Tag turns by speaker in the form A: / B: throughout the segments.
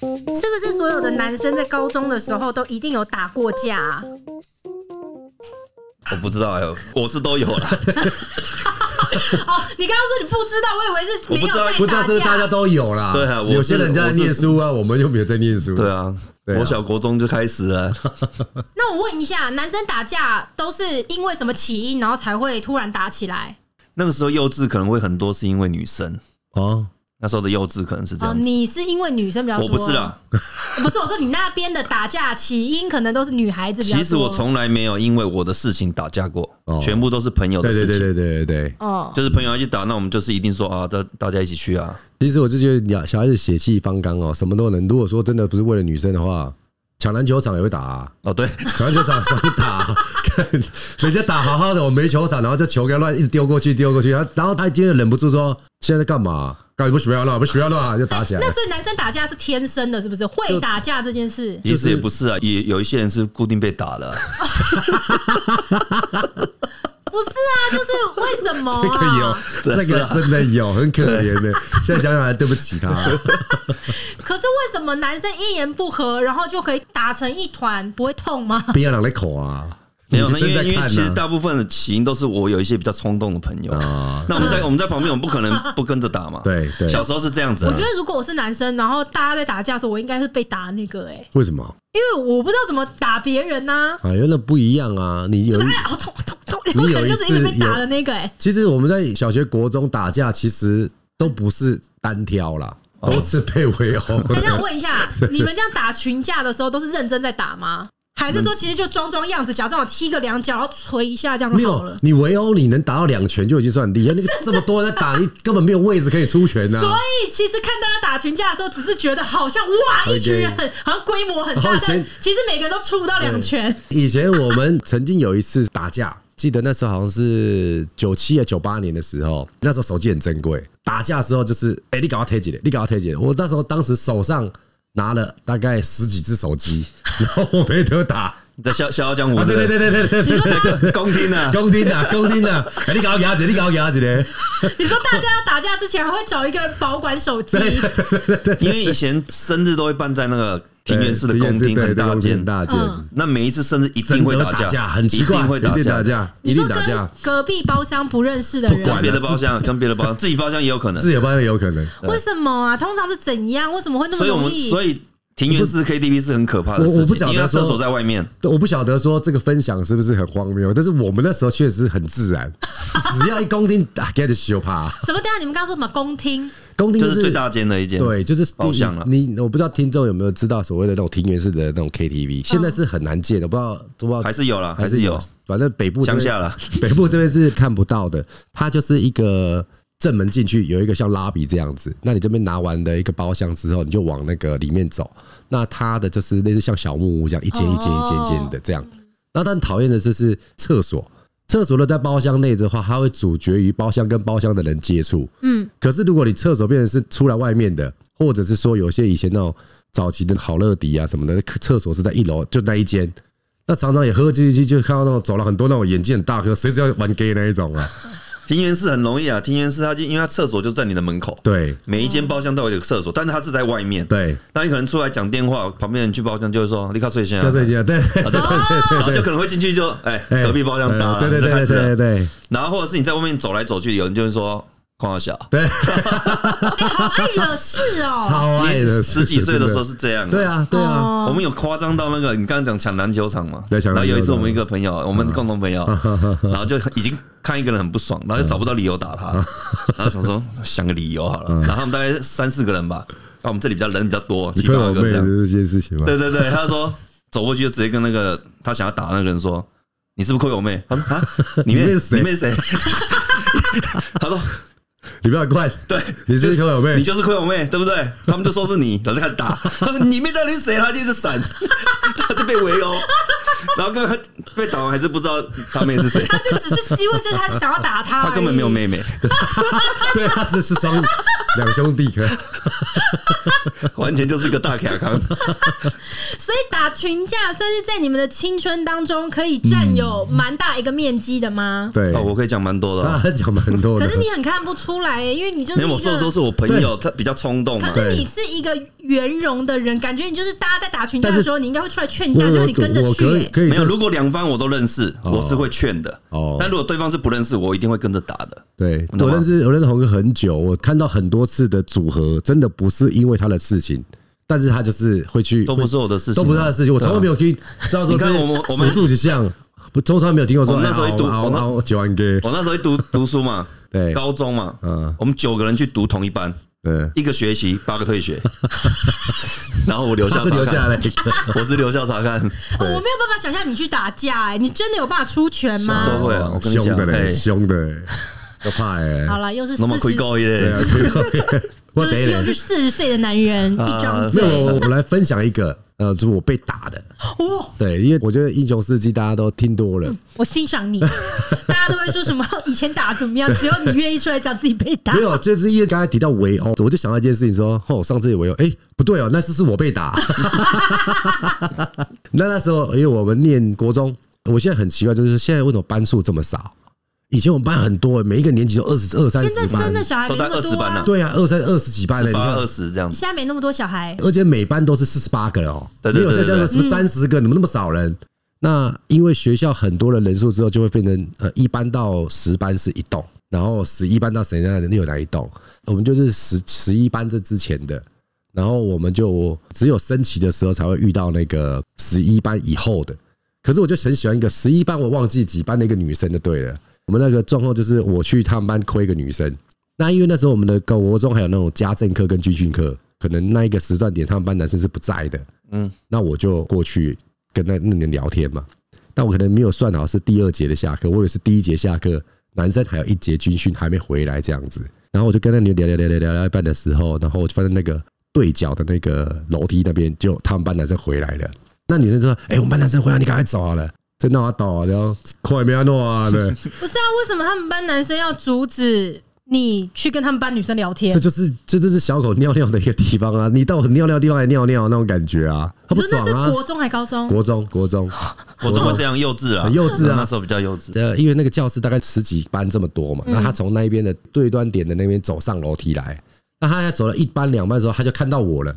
A: 是不是所有的男生在高中的时候都一定有打过架、 啊？
B: 我不知道哎、我是都有了，
A: 哦，你刚刚说你不知道，我以为是
B: 我
A: 没
B: 不
A: 有
B: 知道
A: 在
B: 不
A: 打架。
C: 不知道是不是大家都有啦，
B: 对啊我是
C: 有些人在念书啊，我们又没有在念书，
B: 对，啊，
C: 对啊
B: 我小国中就开始了，
A: 那我问一下，男生打架都是因为什么起因，然后才会突然打起来？
B: 那个时候幼稚可能会很多是因为女生，
C: 哦，
B: 那时候的幼稚可能是这
A: 哦，
B: 样子，
A: 你是因为女生比较多？呃
B: 我不是啦，
A: 不是我说你那边的打架起因可能都是女孩子比较多。
B: 其实我从来没有因为我的事情打架过
C: 哦，
B: 全部都是朋友的
C: 对
B: 事
C: 对对
B: 情。
C: 对对对对。
A: 哦，
B: 就是朋友要去打，那我们就是一定说啊，大大家一起去啊。
C: 其实我就觉得小孩子血气方刚哦，什么都能。如果说真的不是为了女生的话，抢篮球场也会打、啊，
B: 哦，对，
C: 抢篮球场想打、看 人家打好好的，我没球场，然后这球给他乱一直丢过去丢过去，然后然后他今天忍不住说：“现在在干嘛？干什么不要乱，不许不要乱啊！”就打起来了
A: 那。所以男生打架是天生的，是不是？会打架这件事，
B: 其实也不是啊，也有一些人是固定被打 的啊，
A: 不是啊，就是为什么、 啊？
C: 这个有，这
B: 是
C: 个
B: 啊
C: 真的有，很可怜的。现在想想还对不起 他。
A: 可是为什么男生一言不合，然后就可以打成一团，不会痛吗？
C: 冰洋人在口啊，
B: 没有，
C: 女
B: 那因
C: 生在
B: 为因为
C: 看啊
B: 其实
C: 呢、
B: 大部分的起因都是我有一些比较冲动的朋友。那我们在我们在旁边，我们不可能不跟着打嘛。
C: 啊 对对
B: 小时候是这样子
A: 我
B: 啊
A: 觉。
C: 嗯
A: 得如果我是男生，然后大家在打架的时候，我应该是被打那个哎、欸
C: 为什么？
A: 因为我不知道怎么打别人呐、
C: 哎呦，那不一样啊！你有一
A: 就是哎，好痛好痛好痛，
C: 你
A: 我可
C: 有
A: 能
C: 一
A: 就是一直
C: 次
A: 被打
C: 有
A: 的那 个哎、欸
C: 其实我们在小学、国中打架，其实都不是单挑啦，
A: 哦
C: 都是被围殴
A: 等一下，我
C: 的。
A: 哎问一下，你们这样打群架的时候都是认真在打吗？还是说其实就装装样子，假装我踢个两脚，然后捶一下这样
C: 没
A: 就好
C: 有
A: 了，？啊
C: 你围殴你能打到两拳就已经算很 厉害。那个这么多人在打，你根本没有位置可以出拳呐、啊
A: 所以其实看大家打群架的时候，只是觉得好像哇，
C: OK
A: 一群人很好像规模很大
C: 啊好，
A: 但
C: 先
A: 其实每个人都出不到两拳。
C: 以前我们曾经有一次打架，记得那时候好像是九七啊九八年的时候，那时候手机很珍贵，打架的时候就是，哎、你搞我推几的，你搞我推几的。我那时候当时手上拿了大概十几只手机， 然后我没得打。
B: 你在笑笑傲江湖
C: 啊，对对对对对对对。
B: 对对， 公听啊，
C: 公丁啊，公丁啊，哎、你搞我牙姐，你搞我牙姐嘞！
A: 你说大家要打架之前，还会找一个人保管手机，
B: 因为以前生日都会办在那个庭院式的公
C: 对
B: 厅，
C: 对
B: 很大
C: 公厅
B: 间
C: 很。大件，
A: 嗯
B: 那每一次生日一
C: 真
B: 定会
C: 的
B: 打架，
C: 很奇怪，
B: 一定会打
C: 一定
B: 架
C: 打。架，
A: 你
C: 一
A: 说
C: 定打
A: 跟
C: 架，
A: 隔壁包厢不认识的人，
C: 不管
B: 别的包 厢跟别的包厢，自己包厢也有可能
C: 自。己班有可能。
A: 为什么啊？通常是怎样？为什么会那么
B: 所以我
A: 容
B: 们
A: 易？
B: 所以庭院式 KTV 是很可怕的
C: 我
B: 事
C: 我不
B: 情，
C: 晓
B: 因
C: 得
B: 为它
C: 说
B: 厕所在外面。
C: 我不晓得说这个分享是不是很荒谬，但是我们那时候确实很自 然，只要一公斤打 get 羞怕，
A: 什么？等一下你们刚刚说什么公 厅？
C: 公斤
B: 就是最大间的一间，
C: 对，就是
B: 包厢了。
C: 你你我不知道听众有没有知道所谓的那种庭园式的那种 KTV，现在是很难见的，不知道都不知道
B: 嗯还是有啊啦，还是有，
C: 反正北部这
B: 乡
C: 边
B: 下啦。
C: 北部这边是看不到的，它就是一个正门进去有一个像拉比这样子，那你这边拿完的一个包厢之后，你就往那个里面走，那它的就是类似像小木屋这样一间一间一间一间的这样。那但讨厌的就是厕所，厕所的在包厢内的话，它会主角于包厢跟包厢的人接触。
A: 嗯，
C: 可是如果你厕所变成是出来外面的，或者是说有些以前那种早期的好乐迪啊什么的，厕所是在一楼就那一间，那常常也喝进去就看到那种走了很多那种眼睛很大颗，随时要玩 gay 那一种啊。
B: 庭园式很容易啊，庭园式它就因为它厕所就在你的门口，
C: 对
B: 每一间包厢都有一个厕所，但是它是在外面。，
C: 对，
B: 那你可能出来讲电话，旁边人去包厢就会说立刻睡先啊，
C: 掉这一间，对对对
B: 啊，
C: 对
B: 然后就可能会进去就哎
C: 对，
B: 隔壁包厢打了，
C: 对 哎对
B: 就开
C: 对对
B: 始了
C: 对对，
B: 然后或者啊是你在外面走来走去，有人就会说况小，
A: 哎、好爱惹事 哦、
C: 超爱的，
B: 你十几岁的时候
C: 是
B: 是这样，
C: 真的，对。啊对啊，
B: 我
A: 哦，
B: 们有夸张到那个，你刚刚讲抢篮球场嘛？
C: 对抢
B: 然
C: 篮球
B: 后有
C: 场啊
B: 一次我们一个朋友，我们共同朋友， 然后就已经看一个人很不爽，然后就找不到理由打他，
C: 嗯
B: 然后想说想个理由好了。然后他们大概三四个人吧，那我们这里比较人比较多，
C: 你
B: 七
C: 跟
B: 八
C: 我
B: 个
C: 妹
B: 这样。
C: 这件事情吗？
B: 对对对，他说走过去就直接跟那个他想要打的那个人说：“你是不是亏我妹？”他 说：“啊，你妹
C: 你妹谁
B: 你妹谁？” 他说
C: 你不要怪，：“
B: 对，
C: 你是跟我妹，
B: 你就是亏我妹，对不对？他们就说是你， 然后就开始打。他说你妹到底是谁？他就一直闪， 他就被围殴。然后刚刚被打完还是不知道他妹是谁，
A: 哎他就只是因为就是他想要打他，
B: 他根本没有。妹妹。
C: 对，他是是双两兄弟可
B: 完全就是一个大卡康。
A: 所以打群架算是在你们的青春当中可以占有
C: 嗯
A: 蛮大一个面积的吗？
C: 对，
B: 哦，我可以讲蛮多的哦。
C: 他讲蛮多的
A: 可是，你很看不出来、因为你就是
B: 没有，
A: 一
B: 我说的都
A: 个。
B: 是我朋友，他比较冲动嘛
A: 可。是
C: 对
A: 你是一个圆融的人，感觉你就是大家在打群架
C: 但
A: 的
C: 是
A: 时候，你应该会出来劝
C: 我
A: 架，就是你跟着
C: 我
A: 去、
C: 可以
A: 欸。
C: 可以
B: 没有，
C: 就
B: 如果两方我都认识，
C: 哦
B: 我是会劝的。
C: 哦
B: 但如果对方是不认识，我一定会跟着打的。
C: 对，
B: 懂
C: 我
B: 吗
C: 认识我认识红哥很久，我看到很多次的组合，真的不是因为他的事情，但是他就是会去，
B: 都不是我的事情啊
C: 都不是他的事情，我从来没有听知道说
B: 你看
C: 这
B: 我们我们
C: 水柱几项，不，从来没有听过说
B: 我们那时候
C: 哎
B: 一读
C: 熬
B: 我们
C: 熬熬九万 K，
B: 我那时候读读书嘛，
C: 对
B: 高中嘛，
C: 嗯
B: 我们九个人去读同一班，
C: 嗯，
B: 一个学期八个退 学，然后我留
C: 他
B: 校
C: 是留
B: 查
C: 下
B: 看，
C: 来一个，
B: 我是留校查 看，
A: 哦我没有办法想象你去打架、欸，你真的有办法出拳
B: 小时
A: 吗
B: 候？会啊我跟你
C: 凶的
B: 讲
C: 嘞，
B: 哎
C: 凶的嘞，要怕哎，
A: 好了，又是四
B: 那么亏
A: 十，
B: 高一
C: 对
B: 点
C: 啊，。对啊我
A: 就
C: 得
A: 是又是
C: 嘞，
A: 四十岁的男人，一张
C: 呃没
A: 嘴
C: 有，我我来分享一个，呃，就是我被打的，
A: 哇！
C: 对，因为我觉得英雄事迹大家都听多了。
A: 我欣赏 你，大家都会说什么以前打怎么样，只有你愿意出来讲自己被打
C: 没。有，就是因为刚才提到围殴，我就想到一件事情说，哦，上次也围殴，哎、不对哦，那次是我被打。 那那时候，因为我们念国中，我现在很奇怪，就是现在为什么班数这么少？以前我们班很多，每一个年级都二十二三
A: 现
C: 十
A: 在生
C: 班
A: 的，小孩没那么
B: 都在
A: 多
B: 20班
A: 啊
B: 啊，
C: 对啊，二三二十几班了，
B: 十
C: 你
B: 八
C: 看
B: 二十这样子，
A: 现在没那么多小孩。
C: 而且每班都是四十八个哦，
B: 对对
C: 没有
B: 对
C: 像
B: 对嗯
C: 像什么三十个，怎么那么少人？那因为学校很多的人数之后，就会变成呃一班到十班是一栋，然后十一班到谁那里有哪一栋？我们就是十十一班这之前的，然后我们就只有升旗的时候才会遇到那个十一班以后的。可是我就很喜欢一个十一班，我忘记几班的一个女生就对了。我们那个状况就是我去他们班亏一个女生，那因为那时候我们的国中还有那种家政课跟军训课，可能那一个时段点他们班男生是不在的，
B: 嗯，
C: 那我就过去跟那那人聊天嘛。但我可能没有算好是第二节的下课，我以为是第一节下课，男生还有一节军训还没回来这样子。然后我就跟那女的聊聊聊聊聊到一半的时候，然后我就发现那个对角的那个楼梯那边就他们班男生回来了。那女生就说：“哎、我们班男生回来，你赶快走好了，真闹啊倒啊，然后快没要弄 啊对，
A: 不是啊，为什么他们班男生要阻止你去跟他们班女生聊天
C: 这？就是这就是小狗尿尿的一个地方啊！你到我尿尿的地方来尿尿那种感觉啊，他
A: 你
C: 不
A: 说
C: 爽
A: 那
C: 啊
A: 是！国中还高中？
C: 国中国中，
B: 我怎么会这样幼稚啊？
C: 很幼稚啊
B: 那时候比较幼稚。
C: 呃，因为那个教室大概十几班这么多嘛，那他从那一边的对端点的那边走上楼梯来，那他走了一班两班的时候，他就看到我了，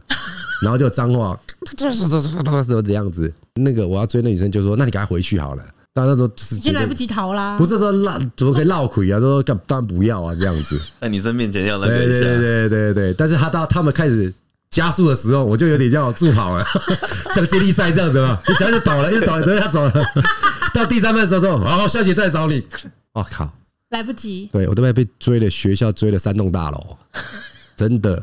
C: 然后就脏话，就是就是这样子。那个我要追那女生就说：“那你赶快回去好了。”但那时候就是
A: 已
C: 觉
A: 经
C: 得
A: 来不及逃啦。
C: 不是说绕怎么可以绕回啊？说干当然不要啊，这样子。
B: 在女生面前要那
C: 对
B: 个一
C: 对对
B: 下，
C: 对对对，但是他到他们开始加速的时候，我就有点要住好了，像接力赛这样子嘛，一脚就倒了，一直倒了，等他走了。到第三班的时候说：“好，小姐再来找你。”我靠！
A: 来不及。
C: 对我都被被追了，学校追了三栋大楼，真的。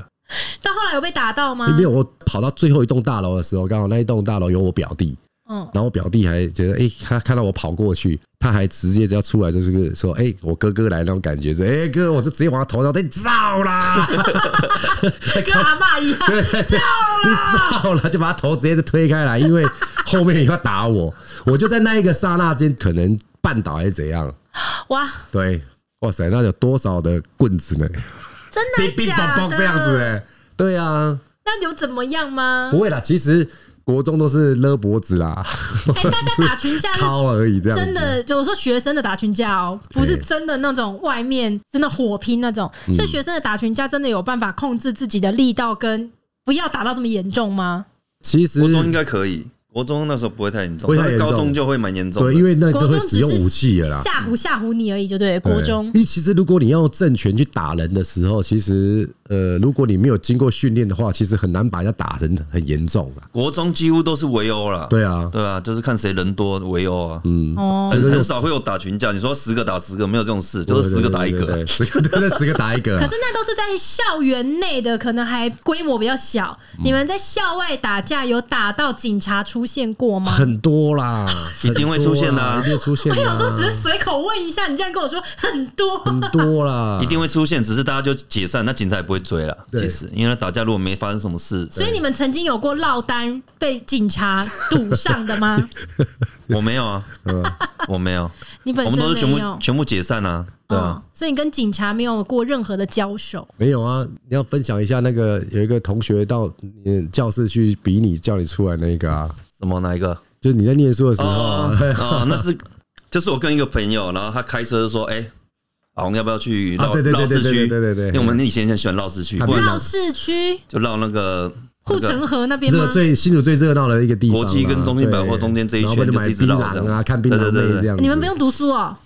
A: 到后来有被打到吗
C: 因？为我跑到最后一栋大楼的时候，刚好那一栋大楼有我表弟，
A: 嗯，
C: 然后我表弟还觉得，哎、他看到我跑过去，他还直接就要出来，就是个说，哎、我哥哥来那种感觉，说，哎、哥，我就直接往他头上再照啦，
A: 跟阿妈一样。
C: 你照了，就把他头直接就推开来，因为后面要打我，我就在那一个刹那间可能绊倒还是怎样，
A: 哇，
C: 对，哇塞，那有多少的棍子呢？
A: 真
C: 乒
A: 的
C: 乒
A: 假
C: 乓乓
A: 的？
C: 这样子哎、对啊，
A: 那有怎么样吗？
C: 不会啦，其实国中都是勒脖子啦，
A: 哎，大家打群 架是
C: 掏而已，这样子
A: 真的，就是说学生的打群架哦，不是真的那种外面真的火拼那种，
C: 嗯
A: 所以学生的打群架真的有办法控制自己的力道跟。不要打到这么严重吗？
C: 其实
B: 国中应该可以。国中那时候不会太严重
C: 不，会太
B: 但是
C: 严重
B: 高中就会蛮严重的。
C: 对，因为那
A: 国
C: 都
A: 中
C: 会
A: 只
C: 使用
A: 是
C: 武器了啦。
A: 吓唬吓唬你而已，就对了。国
C: 对
A: 中
C: 因为其实如果你要用政权去打人的时候，其实呃，如果你没有经过训练的话，其实很难把人家打成很严重啊。
B: 国中几乎都是围殴啦。
C: 对啊，嗯
B: 对啊，就是看谁人多围殴啊。
A: 哦，
B: 很很少会有打群架，你说十个打十个没有这种事，就是十个打一
C: 对对
B: 个。
C: 对十个对对十个打一个
A: 可
C: 啊
A: 是。那都是在校园内的，可能还规模比较小。
C: 嗯
A: 你们在校外打架有打到警察出现过吗？
C: 很多啊啦，
B: 一定会
C: 很多
B: 出
C: 啦
B: 现的啊
C: 一定会出现
A: 我
C: 的
A: 有时候只
C: 啊，
A: 是随口问一下，你这样跟我说很多，
C: 很多啦，
B: 一定会出现，只是大家就解散，那警察也不会追了。
C: 啊对
B: 其实，因为他打架如果没发生什么事，
A: 所以你们曾经有过落单被警察堵上的 吗？
C: 嗯
B: 我没有啊，我没有，
A: 你本
B: 我们
A: 身
B: 都是全
A: 没
B: 部
A: 有哦
B: 全部解散啊。对啊，
A: 所以你跟警察没有过任何的交手，
C: 没有啊，你要分享一下那个有一个同学到你教室去比你叫你出来那个啊，
B: 什么哪一个？
C: 就是你在念书的时候
B: 哦
C: 啊，
B: 哦，那是就是我跟一个朋友，然后他开车说，哎、啊，我们要不要去
C: 啊
B: 绕
C: 对对对
B: 绕市
C: 对对
B: 区？
C: 对对对
B: 因为我们以前很喜欢绕市区，
C: 看
B: 不然
A: 绕啊市区
B: 就绕那个
A: 护
B: 那个
A: 城河那边
C: 热
A: 吗？
C: 最新竹最热闹的一个地方啊，
B: 国际跟中心百货
C: 对
B: 中间这一
C: 然后
B: 圈就
C: 就
B: 是
C: 买
B: 一直
C: 槟
B: 绕
C: 榔
B: 这
C: 啊，
B: 样
C: 看槟榔
B: 对对对
C: 妹
B: 对
C: 这样子。
A: 你们不用读书哦，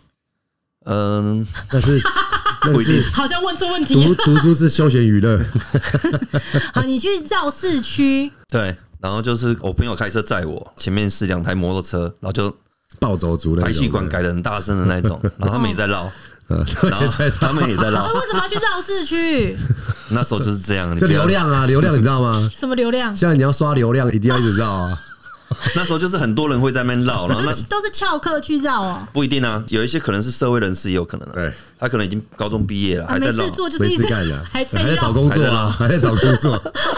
B: 嗯，
C: 但是那
B: 不一定
C: 是
A: 好像问错问
C: 读
A: 题。
C: 读书是休闲娱乐，
A: 好，你去绕市 区，
B: 对。然后就是我朋友开车载我，前面是两台摩托车，然后就
C: 暴走族那种
B: 排气管改的很大声的那种，然后他们也在绕，
C: 嗯
B: 然后他们也在
A: 那，
B: 绕
A: 为什么要去绕市区？
B: 那时候就是这样，你
C: 这
B: 不要
C: 流量啊，流量你知 道吗？
A: 什么流量？
C: 现在你要刷流量，一定要一直绕啊。
B: 那时候就是很多人会在那边绕，然后
A: 都
B: 啊那
A: 是都是翘课去绕哦，
B: 不一定啊，有一些可能是社会人士也有可能
C: 对
B: 啊，他可能已经高中毕业了，
A: 啊
B: 还
A: 没
B: 在绕
A: 事，做就是
C: 没
A: 一
C: 事
A: 直
C: 干
B: 啊
C: 呀，
A: 还在
C: 在
A: 绕
C: 找，工作啊， 还在找工作，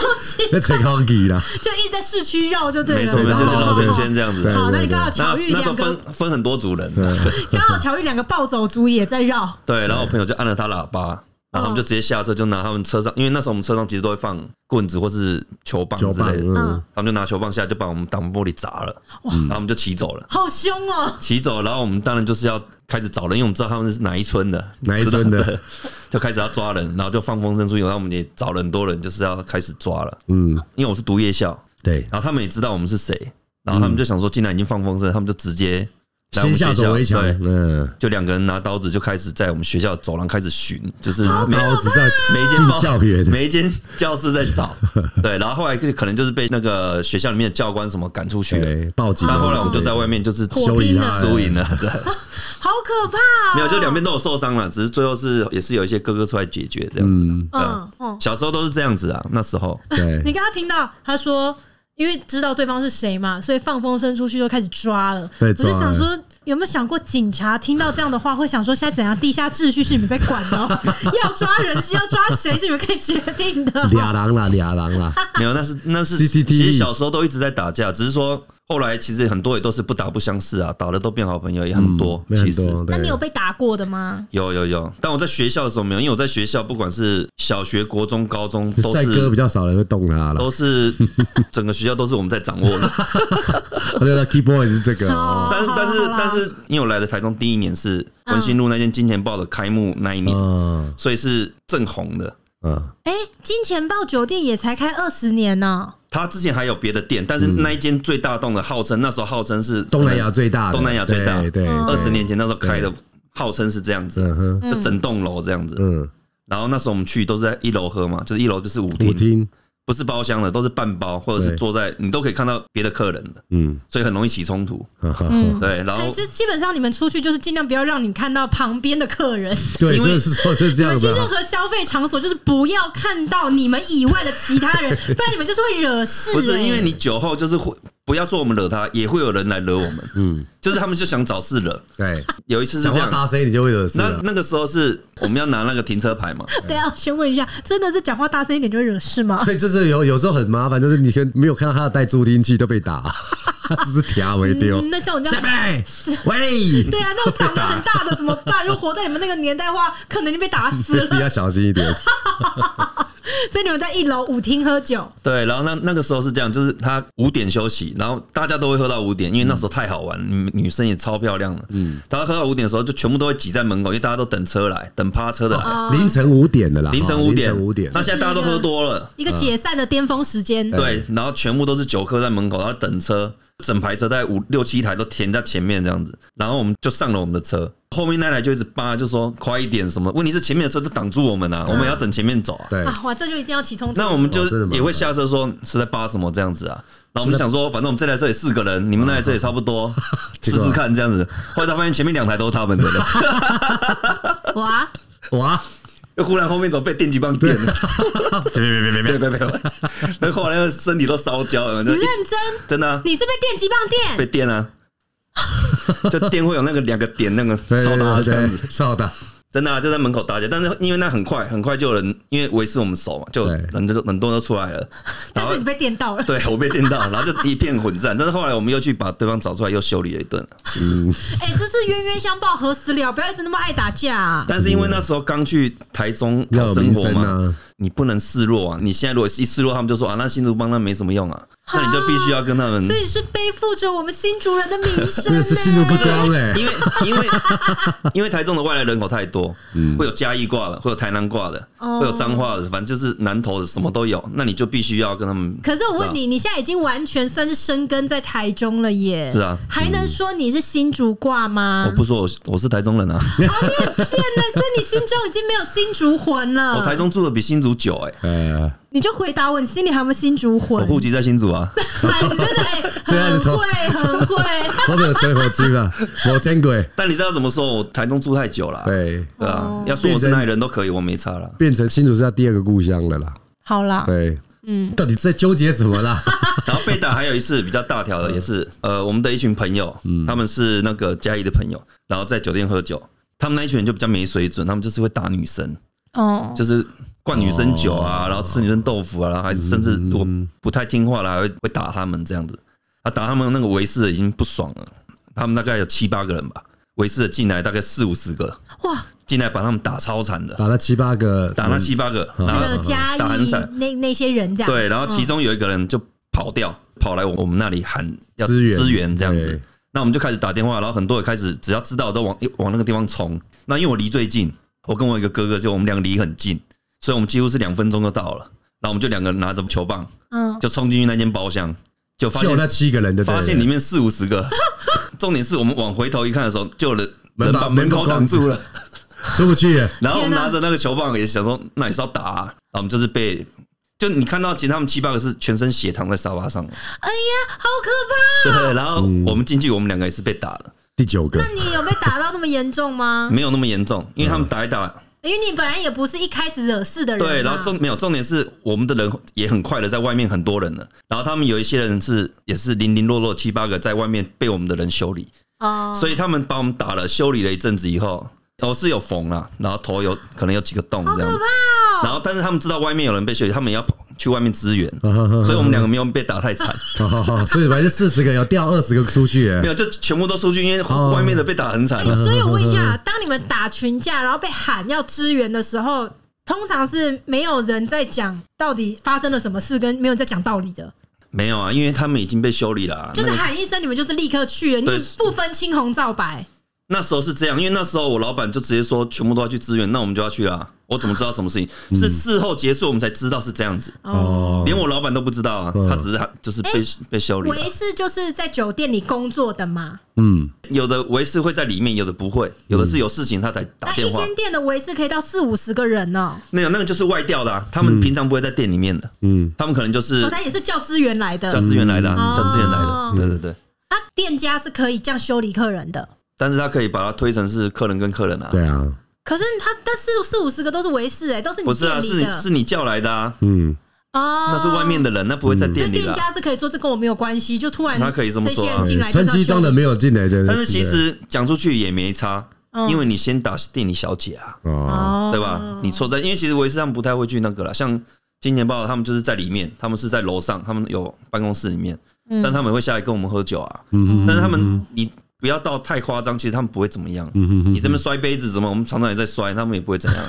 C: 在吹高级啦。
A: 就一直在市区绕就对
B: 没
A: 了，
B: 错，没错，就是
A: 好
B: 绕
A: 好
B: 圈
A: 好
B: 圈这样子。
A: 好，
C: 对
A: 那你
C: 对
A: 刚好
B: 那
A: 巧遇
B: 那
A: 两
B: 时候
A: 个，
B: 分分很多组人，啊
A: 刚好巧遇两个暴走族也在绕，
B: 对，然后我朋友就按了他喇叭，然后我们就直接下车，就拿他们车上，因为那时候我们车上其实都会放棍子或是球
A: 哦
B: 棒
C: 九
B: 之
C: 棒，
B: 类的，
C: 嗯，
B: 他们就拿球棒下来就把我们挡风玻璃砸了，嗯然后我们就骑走了。
A: 好凶哦！
B: 骑走，然后我们当然就是要开始找人，因为我们知道他们是哪一村的，
C: 哪一村的
B: 知道对就开始要抓人，然后就放风声出去，然后我们也找了很多人，就是要开始抓了。嗯，因为我是读夜校，
C: 对，
B: 然后他们也知道我们是谁，
C: 嗯
B: 然后他们就想说，既然已经放风声，他们就直接来我
C: 先
B: 们
C: 下
B: 学
C: 手
B: 校，
C: 为强，
B: 对，
C: 嗯，
B: 就两个人拿刀子就开始在我们学校走廊开始寻，就是每
C: 啊
A: 啊
C: 刀子在
B: 每一间
C: 进
B: 包
C: 校园，
B: 每一间教室在 找，对，然后后来就可能就是被那个学校里面的教官什么赶出去了，
C: 对，报警。
B: 但后来我们就在外面就是
A: 火
C: 休
A: 拼
C: 息
A: 了，
C: 啊
B: 输赢了，对。
A: 好可怕！啊
B: 没有，就两，边都有受伤了，只是最后是也是有一些哥哥出来解决这样。嗯，
A: 嗯嗯，
B: 小时候都是这样子啊，那时候
A: 你
C: 对，
A: 刚刚听到他说，因为知道对方是谁嘛，所以放风声出去就开始抓了。
C: 对
A: 我就
C: 抓了
A: 想说，有没有想过警察听到这样的话会想说，现在怎样地下秩序是你们在管 的哦，要抓人是要抓谁是你们可以决定的哦。
C: 俩狼啦，俩狼啦，
B: 没有，那是那是
C: CCTV
B: 其实小时候都一直在打架，只是说后来其实很多也都是不打不相识啊，打了都变好朋友也很多。
C: 嗯没
B: 其
C: 很
B: 实
C: 多。
A: 那
C: 对
A: 你有被打过的吗？
B: 有有有，但我在学校的时候没有，因为我在学校不管是小学、国中、高中都
C: 帅哥
B: 是。
C: 比较少人会动他了，
B: 都是 整个学校都是我们在掌握 的，
C: 他那个 key boy 是这个哦，
B: 但是
A: 好啦
B: 但是
A: 好啦嗯
B: 但是，因为我来的台中第一年是文心路那间金钱豹的开幕那一年，
C: 嗯
B: 所以是正红的。
C: 嗯，
A: 哎、金钱豹酒店也才开二十年呢、
B: 他之前还有别的店，但是那一间最大栋的，号称那时候号称是
C: 嗯东南亚最大的，
B: 东南亚最大
C: 对对，
A: 嗯
B: 二
C: 对
B: 十年前那时候开的，号称是这样子，
C: 嗯哼，
B: 就整栋楼这样子。
C: 嗯，
B: 然后那时候我们去都是在一楼喝嘛，就是一楼就是舞
C: 舞
B: 厅，
C: 厅，
B: 不是包厢的，都是半包或者是
C: 对
B: 坐在你都可以看到别的客人的，
C: 嗯，
B: 所以很容易起冲突。
C: 哈哈哈
B: 对，然
A: 哎、
B: 后
A: 就基本上你们出去就是尽量不要让你看到旁边的客人，
C: 对，
B: 因为
C: 就是说是
A: 你
C: 这样
A: 们去
C: 子
A: 任
C: 啊，
A: 何消费场所就是不要看到你们以外的其他 人，不然你们就是会惹事、
B: 不是
A: 哎
B: 因为你酒后就是会，不要说我们惹他，也会有人来惹我 们，嗯，就是他们就想找事惹。
C: 对，
B: 有一次是
C: 讲
B: 这
C: 话
B: 样，
C: 大声你就会惹事啊
B: 那
C: 了，
B: 那个时候是我们要拿那个停车 牌嘛，
A: 等一下我先问一下，真的是讲话大声一点就会惹事吗？
C: 所以就是有有时候很麻烦，就是你可能没有看到他的带助听器都被打， 他只是条为丢
A: 嗯，。那像我这
C: 下
A: 样。
C: 辈，喂，
A: 对啊，那种嗓门很大的怎么 办？如果活在你们那个年代的话，可能就被打死了。
C: 你要小心一点。
A: 所以你们在一楼舞厅喝酒，
B: 对，然后那那个时候是这样，就是他五点休息，然后大家都会喝到五点，因为那时候太好玩，
C: 嗯
B: 女女生也超漂亮了。嗯，大家喝到五点的时候，就全部都会挤在门口，因为大家都等车来，等趴车的来。
A: 哦
C: 凌晨五点的啦，
B: 凌晨
C: 哈
B: 五点，
C: 哦凌晨五点
B: 那，现在大家都喝多了，
A: 一个解散的巅峰时间。
B: 对，然后全部都是酒客在门口，然后等车，整排车在五六七台都停在前面这样子，然后我们就上了我们的车，后面那台就一直扒，就说快一点什么，问题是前面的车都挡住我们啊，我们也要等前面走啊。
C: 对，
A: 啊，哇，这就一定要起冲突。
B: 那我们就
C: 哦真的
B: 是
C: 吗
B: 也会下车说是在扒什么这样子啊。然后我们就想说，反正我们这台车也四个人，你们那台车也差不多， 试
C: 结果啊
B: 试看这样子。后来他发现前面两台都是他们的了，
A: 哇，
C: 哇，
B: 又忽然后面怎么被电击棒电了？
C: 别别别别 别，
B: 对对对，那后来那个身体都烧焦了，就
A: 你认真，
B: 真的啊
A: 你是被电击棒
B: 被
A: 电？
B: 电啊，就电会有那个两个点，那个
C: 对
B: 超大的这样子。
C: 子，超大，
B: 真的、啊、就在门口打架，但是因为那很快，很快就有人，因为维斯我们熟嘛，就
C: 对
B: 人就很多人都出来了，然
A: 但
B: 后
A: 是你被电到了，
B: 对我被电到，然后就一片混战，但是后来我们又去把对方找出来，又修理了一顿。
A: 哎、这次冤冤相报何时了？不要一直那么爱打架、啊。
B: 但是因为那时候刚去台中
C: 嗯要
B: 讨
C: 有
B: 生
C: 名
B: 活
C: 声
B: 嘛，
C: 啊，
B: 你不能示弱啊！你现在如果一示弱，他们就说啊，那新竹帮那没什么用啊，那你就必须要跟他们
A: 所，以是背负着我们新族人的名 声、
C: 真
A: 嘞
C: 的是心如不高嘞。
B: 因为因为因为台中的外来人口太多，会有嘉义挂的，会有台南挂的，
A: 哦
B: 会有彰化的，反正就是南投的什么都有，那你就必须要跟他们。
A: 可是我问你，
B: 啊
A: 你现在已经完全算是生根在台中了耶，
B: 是啊
A: 还能说你是新竹挂吗？哦
B: 我不说我我是台中人啊，
A: 嗯现 在，所以你心中已经没有新竹魂
B: 我台
A: 了。
B: 中住的比新竹久哎、
C: 呃，
A: 你就回答我，你心里还有没有新竹
B: 我
A: 魂？
B: 户籍在新竹啊，
A: 哎你真的哎，
C: 现在是
A: 很
C: 从
A: 会，很会。
C: 我没有吹火机 吧，我见鬼，
B: 但你知道怎么说？我台中住太久了啊、
C: 对，
A: 哦
B: 对啊，要说我是哪里人都可以，我没差了。
C: 变成新竹是他第二个故乡了啦。
A: 好
B: 啊
A: 啦，
C: 对，嗯，到底在纠结什 么啦？
B: 然后被打还有一次比较大条的，也是呃，我们的一群朋友，他们是那个嘉义的朋友，然后在酒店喝酒，他们那一群人就比较没水准，他们就是会打女生，
A: 哦，
B: 就是灌女生酒啊，然后吃女生豆腐啊，然后还甚至如果不太听话了，还会会打他们这样子。啊，打他们那个维斯的已经不爽了，他们大概有七八个人吧，维斯的进来大概四五十个，
A: 哇，
B: 进来把他们打超惨的，
C: 打了七八个，嗯
B: 打那七八个，然
A: 那
B: 后
A: 个嘉
B: 啊打很
A: 义
B: 惨，
A: 那那些人这样，
B: 对，然后其中有一个人就跑掉，跑来我们那里喊要
C: 支援
B: 支援这样子
C: 对。
B: 那我们就开始打电话，然后很多人开始只要知道都往往那个地方冲。那因为我离最近，我跟我一个哥哥就我们两个离很近，所以我们几乎是两分钟就到了。然后我们就两个人拿着球棒
A: 嗯，
B: 就冲进去那间包厢，就发
C: 就那
B: 现
C: 七个人的，
B: 发现里面四五十个。 重点是我们往回头一看的时候，就有人人把门口挡住了。
C: 出不去耶，
B: 然后我们
A: 天啊
B: 拿着那个球棒也想说，那也是要打、啊，然后我们就是被，就你看到其实他们七八个是全身血躺在沙 发上，
A: 哎呀，好可怕！
B: 对，然后我们进去，我们两个也是被打的，
C: 第九个
A: 那你有被打到那么严重吗？
B: 没有那么严重，因为他们打一打，
A: 因为你本来也不是一开始惹事的人嘛，啊
B: 对，然后重没有重点是我们的人也很快的在外面很多人了，然后他们有一些人是也是零零落落七八个在外面被我们的人修理，
A: 哦，
B: 所以他们把我们打了修理了一阵子以后，头是有缝啦，然后头有可能有几个洞
A: 好
B: 这样
A: 可
B: 子，
A: 怕哦！
B: 然后但是他们知道外面有人被修理，他们也要跑去外面支援，所以我们两个没有被打太惨。
C: 好好好，所以反正四十个有掉二十个出去耶
B: 没，有，就全部都出去，因为外面的被打很惨啊
A: 哎，。所以我问一下，当你们打群架，然后被喊要支援的时候，通常是没有人在讲到底发生了什么事，跟没有人在讲道理的，
B: 没有啊，因为他们已经被修理了啊。
A: 就是
B: 那个
A: 喊一声，你们就是立刻去了，你
B: 对
A: 也不分青红皂白。
B: 那时候是这样，因为那时候我老板就直接说全部都要去支援，那我们就要去啦。我怎么知道什么事情？是事后结束我们才知道是这样子，
C: 哦，
B: 连我老板都不知道啊。他只是喊就是被被修理
A: 维
B: 了。
A: 斯哎就是在酒店里工作的嘛，
C: 嗯，
B: 有的维是会在里面，有的不会，有的是有事情他才打
A: 那
B: 电
A: 一
B: 话。
A: 间店的维斯可以到四五十个人哦呢、
B: 没有，那个就是外调的，啊，他们平常不会在店里面的。嗯，他们可能就是
A: 哦，他也是叫支援来的
B: 叫资源来的啊，
A: 嗯
B: 叫资源来的
A: 哦。
B: 对
C: 嗯
B: 对对，
A: 啊，店家是可以这样修理客人的。
B: 但是他可以把它推成是客人跟客人啊。
C: 对啊，
A: 可是他，但四四五十个都是维斯哎、都是你
B: 不是啊，
A: 店
B: 是
A: 里
B: 你
A: 的
B: 是你叫来的啊，
C: 嗯，
A: 哦，
B: 那是外面的人，那不会在店里
A: 店
B: 嗯啦。
A: 家是可以说这跟我没有关系，就突然
B: 他可以这么说啊
A: 些人进来
C: 嗯穿西装的没有进来的，
B: 但是其实讲出去也没差，
A: 嗯
B: 因为你先打店里小姐啊，
C: 哦，
A: 哦
B: 对吧？你错在，因为其实维斯他们不太会去那个啦，像金钱豹他们就是在里面，他们是在楼上，他们有办公室里面，但他们会下来跟我们喝酒啊。但是他们你不要到太夸张，其实他们不会怎么样。你这边摔杯子什么，我们常常也在摔，他们也不会怎样，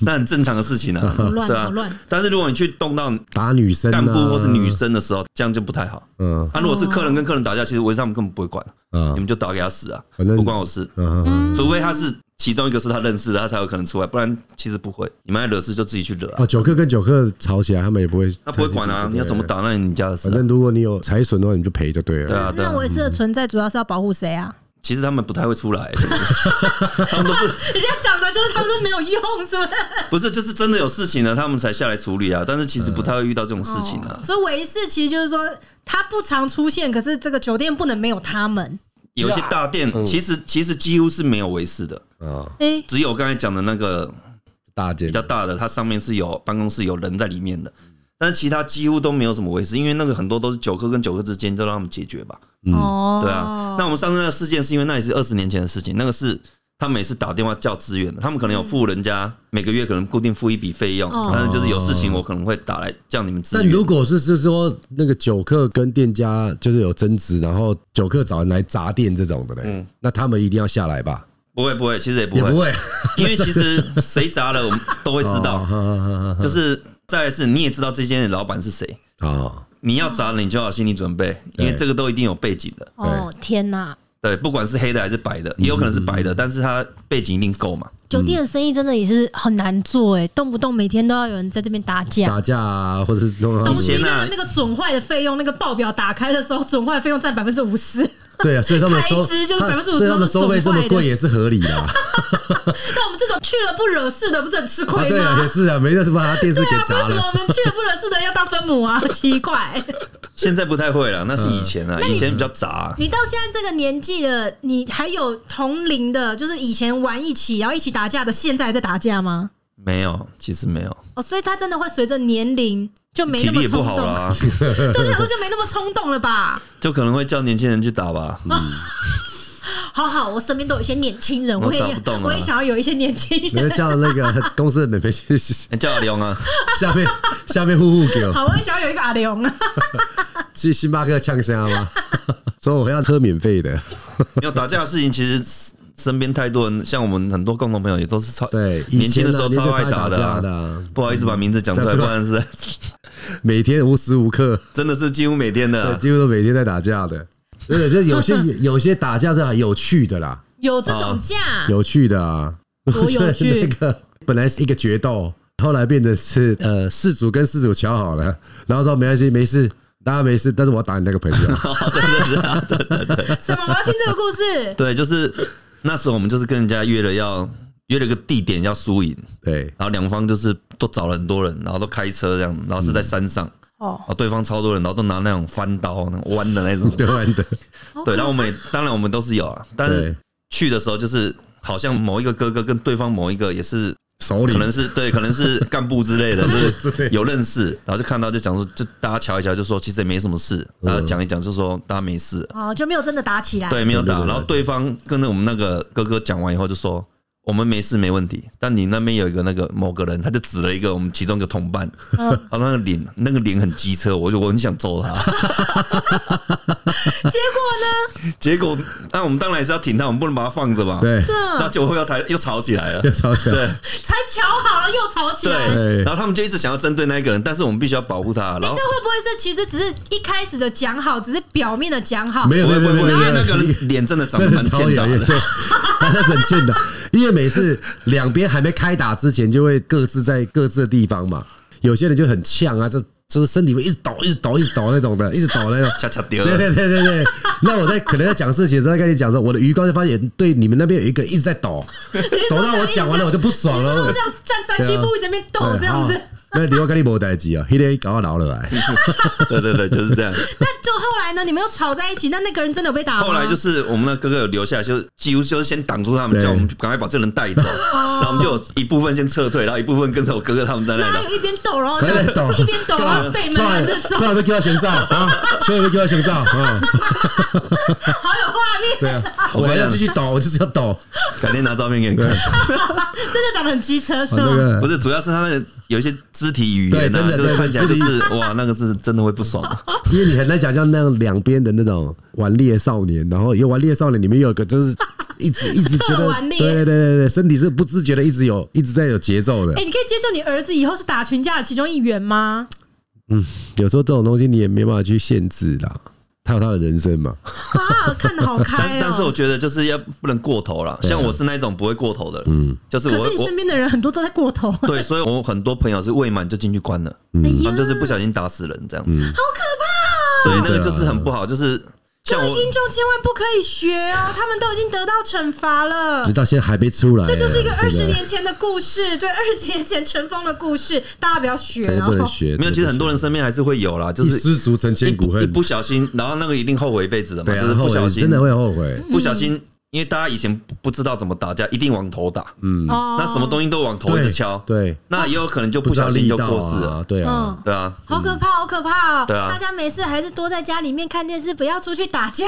B: 那很正常的事情啊
A: 乱，
B: 是
A: 好
B: 啊
A: 乱。
B: 但是如果你去动到
C: 打女生啊
B: 干部或是女，生的时候，这样就不太好。
C: 嗯
B: 啊，如果是客人跟客人打架，其实维斯他们根本不会管。你
C: 嗯
B: 们就打给他死啊，
C: 反正
B: 不关我事，
C: 嗯嗯，
B: 除非他是其中一个是他认识的，他才有可能出来，不然其实不会。你们爱惹事就自己去惹啊，
C: 哦，九克跟九克吵起来，他们也不会，
B: 他不会管啊，你要怎么打那你家的事
C: 反
B: 啊。
C: 正如果你有财损的话，你就赔就对
B: 对
C: 了。
B: 啊，对
A: 那
B: 啊，
A: 维斯的存在主要是要保护谁啊？
B: 其实他们不太会出来，就是 他们都是
A: 人家讲的就是他们都没有用，是不是？
B: 不是就是真的有事情了，他们才下来处理啊。但是其实不
C: 嗯
B: 太会遇到这种事情
C: 哦
B: 啊，
A: 所以维斯其实就是说，他不常出现，可是这个酒店不能没有他们。
B: 有一些大店
C: 嗯
B: 其实其实几乎是没有维斯的，
C: 啊，
A: 哎、
B: 只有刚才讲的那个
C: 大件
B: 比较大的，它上面是有办公室有人在里面的。但是其他几乎都没有什么维斯，因为那个很多都是酒客跟酒客之间，就让他们解决吧。
A: 哦，
B: 啊对啊，那我们上次那个事件是因为那也是二十年前的事情，那个是他们也是打电话叫支援的，他们可能有付人家每个月可能固定付一笔费用
A: 哦，
B: 但是就是有事情我可能会打来叫你们支
C: 那
B: 援。
C: 如果是是说那个酒客跟店家就是有争执，然后酒客找人来砸店这种的嘞，那他们一定要下来吧？
B: 不会不会，其实也嗯不
C: 也
B: 会
C: 不，会，
B: 因为其实谁砸了我们都会知 道，
C: 啊
B: 就是再来是你也知道这间的老板是谁，
C: 啊！
B: 你要砸了你就要有心理准备，因为
C: 对
B: 这个都一定有背景的。
A: 哦天哪，
B: 对，不管是黑的还是白
C: 嗯
B: 的，也有可能是白的，但是它背景一定够嘛。
A: 酒店的生意真的也是很难做哎、动不动每天都要有人在这边打架。
C: 打架啊，或者是弄到
A: 东
B: 以
A: 西
B: 前
A: 那
B: 啊
A: 个那个损坏的费用，那个报表打开的时候，损坏的费用占百分之五十。
C: 对啊，所以他们收
A: 开支就是
C: 他
A: 百分之五十
C: 所以他们收费这么
A: 都是损坏
C: 贵
A: 的
C: 也是合理的啊，
A: 那我们这种去了不惹事的，不是很吃亏
C: 啊
A: 吗？
C: 对啊，也是啊，没事是把他电视给
A: 对啊
C: 砸
A: 为什么
C: 了
A: 我。们去了不惹事的要当分母啊？ 奇怪，
B: 现在不太会了，那是以前啊，以前比较杂啊、
A: 你到现在这个年纪了，你还有同龄的，就是以前玩一起，然后一起打架的，现在还在打架吗？
B: 没有，其实没有，
A: 哦，所以他真的会随着年龄就没
B: 体
A: 那么
B: 力也
A: 冲
B: 不好啊
A: 动，
B: 啦，
A: 就想说就没那么冲动了吧？
B: 就可能会叫年轻人去 打吧。
A: 好好，我身边都有一些年轻人，
B: 我
A: 我也
B: 打不动啊
A: 我也想要有一些年轻人
C: 你。们叫那个公司的免费去
B: 欸叫阿龙啊，
C: 下面下面呼呼给我
A: 好，我也想要有一个阿龙啊！
C: 去星巴克呛虾吗？ 说我要喝免费的，
B: 没有打架的事情，其实身边太多人，像我们很多共同朋友也都是超
C: 对以前啊
B: 年轻的时候
C: 年轻
B: 超
C: 的时候
B: 爱打的、
C: 打架的啊
B: 不好意思把名字讲出来，
C: 嗯
B: 不然是
C: 每天无时无刻，
B: 真的是几乎每天的
C: 对，
B: 啊、
C: 几乎都每天在打架的。真的，就有些有些打架是很有趣的啦，
A: 有这种架，
C: 有趣的啊，
A: 多有趣
C: 那个本来是一个决斗，后来变成是呃事主跟事主瞧好了，然后说没关系，没事，大家没事，但是我要打你那个朋友。
B: 啊
A: 什么？我要听这个故事。
B: 对，就是那时候我们就是跟人家约了要约了个地点要输赢，
C: 对，
B: 然后两方就是都找了很多人，然后都开车这样，然后是在山上，
A: 哦
B: 然，后对方超多人，然后都拿那种翻刀、那种弯的那 种，
C: 对完的，
B: 对，然后我们也当然我们都是有啊，但
C: 对
B: 是，去的时候就是好像某一个哥哥跟对方某一个也是
C: 手里
B: 可能是对，可能 是干部之类的，就是有认识，然后就看到就讲说，就大家瞧一瞧，就说其实也没什么事，
C: 嗯
B: 然后讲一讲就说大家没事，
A: 哦，就没有真的打起来。
B: 对，没有
C: 哎对对
B: 打。
C: 对
B: 然后对方跟着我们那个哥哥讲完以后就说。我们没事没问题，但你那边有一个那个某个人，他就指了一个我们其中一个同伴，
A: 嗯
B: 他那个脸那个脸很机车，我就我很想揍他。
A: 结果呢？
B: 结果，那我们当然还是要挺他，我们不能把他放着吧？，
C: 对，
B: 那
A: 这
B: 结果又才又吵起来了
C: 要。吵起来，
A: 才瞧好了，又吵起
B: 对哎
A: 来。，
C: 对
B: 然后他们就一直想要针对那一个人，但是我们必须要保护他。然
A: 这
B: 后
A: 会不会是其实只是一开始的讲好，只是表面的讲好？
C: 没有
B: 不
C: 没
B: 会
C: 有
B: 不
C: 没
B: 会
C: 有
B: 不
C: 没
B: 会，因为
C: 有，
B: 那个人脸真的长得蛮
C: 超
B: 欠打
C: 讨厌
B: 的。
C: 对，他是很欠打，因为每次两边还没开打之前，就会各自在各自的地方嘛。有些人就很呛啊，就就是身体会一直抖，一直抖，一直抖那种的，一直抖那种。
B: 恰恰丢
C: 对
B: 了，
C: 对对对 对，那我在可能在讲事情的时候，在跟你讲说，我的余光就发现对你们那边有一个一直在 抖，抖到我讲完了我就不爽
A: 你是
C: 了
A: 说。像站三七步一直在那边抖这样子
C: 对？啊好那你要跟你没代志啊，那天搞到老了来，
B: 对对对，就是这 样。
A: 那就后来呢？你们又吵在一起，那那个人真的有被打吗？
B: 后来就是我们那哥哥有留下来，就几乎就是先挡住他们，
C: 对
B: 叫我们赶快把这人带走。 然后我们就有一部分先撤退，然后一部分跟着我哥哥他们在那
A: 那他
B: 里打
A: 有。一边抖，然后
C: 还在抖，啊
A: 一边抖，然后被
C: 出
A: 门
C: 来
A: 拦着走，
C: 出来被叫熊照啊，出来被叫熊照啊。
A: 好有画面，
C: 对啊，我还要继续抖， 我就是要抖。
B: 改天拿照片给你看。
A: 真的长得很机嗯车是
C: 啊那
A: 吗？
C: 个
B: 不是，主要是他那个有一些肢体语言
C: 对真
B: 啊，
C: 的
B: 就是
C: 对
B: 看起来就
C: 肢体
B: 是哇，那个是真的会不爽。啊
C: 因为你很难想象那样两边的那种顽劣少年，然后有顽劣少年里面有一个就是一直一直觉
A: 特
C: 得，
A: 顽劣
C: 对对对对，身体是不自觉的一直有一直在有节奏的
A: 哎，。你可以接受你儿子以后是打群架的其中一员 吗？
C: 有时候这种东西你也没办法去限制啦，他有他的人生嘛。
A: 啊，看得好
B: 但
A: 开
B: 但是我
A: 哦。
B: 觉得就是要不能过头了，像我是那一种不会过头的，嗯，就是
A: 可
B: 我
A: 是你
B: 我
A: 身边的人很多都在过头，哎
B: 对，所以我很多朋友是未满就进去关了，然
C: 嗯
A: 呀
B: 后，就是不小心打死人这样子，
A: 好可怕哦！
B: 所以
C: 啊
B: 那个就是很不好，就是
A: 各
B: 像
A: 位
B: 我
A: 啊听众千万不可以学哦，他们都已经得到惩罚了
C: 直。到现在还没出来，
A: 哦
C: 啊
A: 这就是一个
C: 对
A: 二
C: 不对
A: 十年前的故事，对，二十年前尘封的故事，大家不要学
C: 对不
A: 哦
C: 能。学，
B: 没有，其实很多
C: 人
B: 人身边还是会有啦，就
C: 一
B: 是
C: 失足成
B: 一
C: 千古
B: 不一
C: 恨，
B: 不小心，然后那个一定后悔一辈子的嘛，
C: 对
B: 就
C: 啊，
B: 是不
C: 后
B: 小
C: 悔
B: 心
C: 真的会后悔。
B: 不小心，因为大家以前不不知道怎么打架，一定往头打，嗯，
A: 哦
B: 那什么东西都往头一直敲，
C: 对，
B: 那也有可能就
C: 不
B: 不
C: 知道
B: 小心
C: 力
B: 就
C: 道
B: 过世
C: 啊
B: 了，，
C: 对啊，
A: 嗯
B: 对啊，
A: 好可怕，好可怕哦！
B: 对啊
A: 大家没事还是多在家里面看电视，不要出去打架。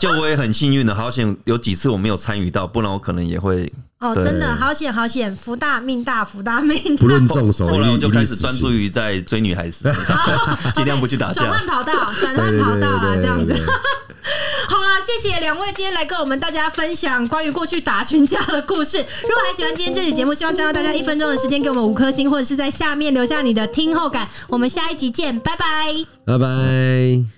B: 就我也很幸运的，好险有几次我没有参与到，不然我可能也会。
A: 哦，
B: 对
A: 真的好险好险，福大命大福大命大。
C: 不论重手，
B: 后来
C: 一律
B: 我就
C: 一律
B: 开始
C: 死
B: 专
C: 刑
B: 注于在追女孩子身 上， 尽量不去打
A: 转
B: 架
A: 换。跑道，转
C: 对
A: 换
C: 对
A: 跑
C: 对
A: 道啊，
C: 对
A: 这样子
C: 对。对
A: 好啊，谢谢两位今天来跟我们大家分享关于过去打群架的故事。如果还喜欢今天这期节目，希望占到大家一分钟的时间，给我们五颗星，或者是在下面留下你的听后感。我们下一集见，拜拜。
C: 拜拜。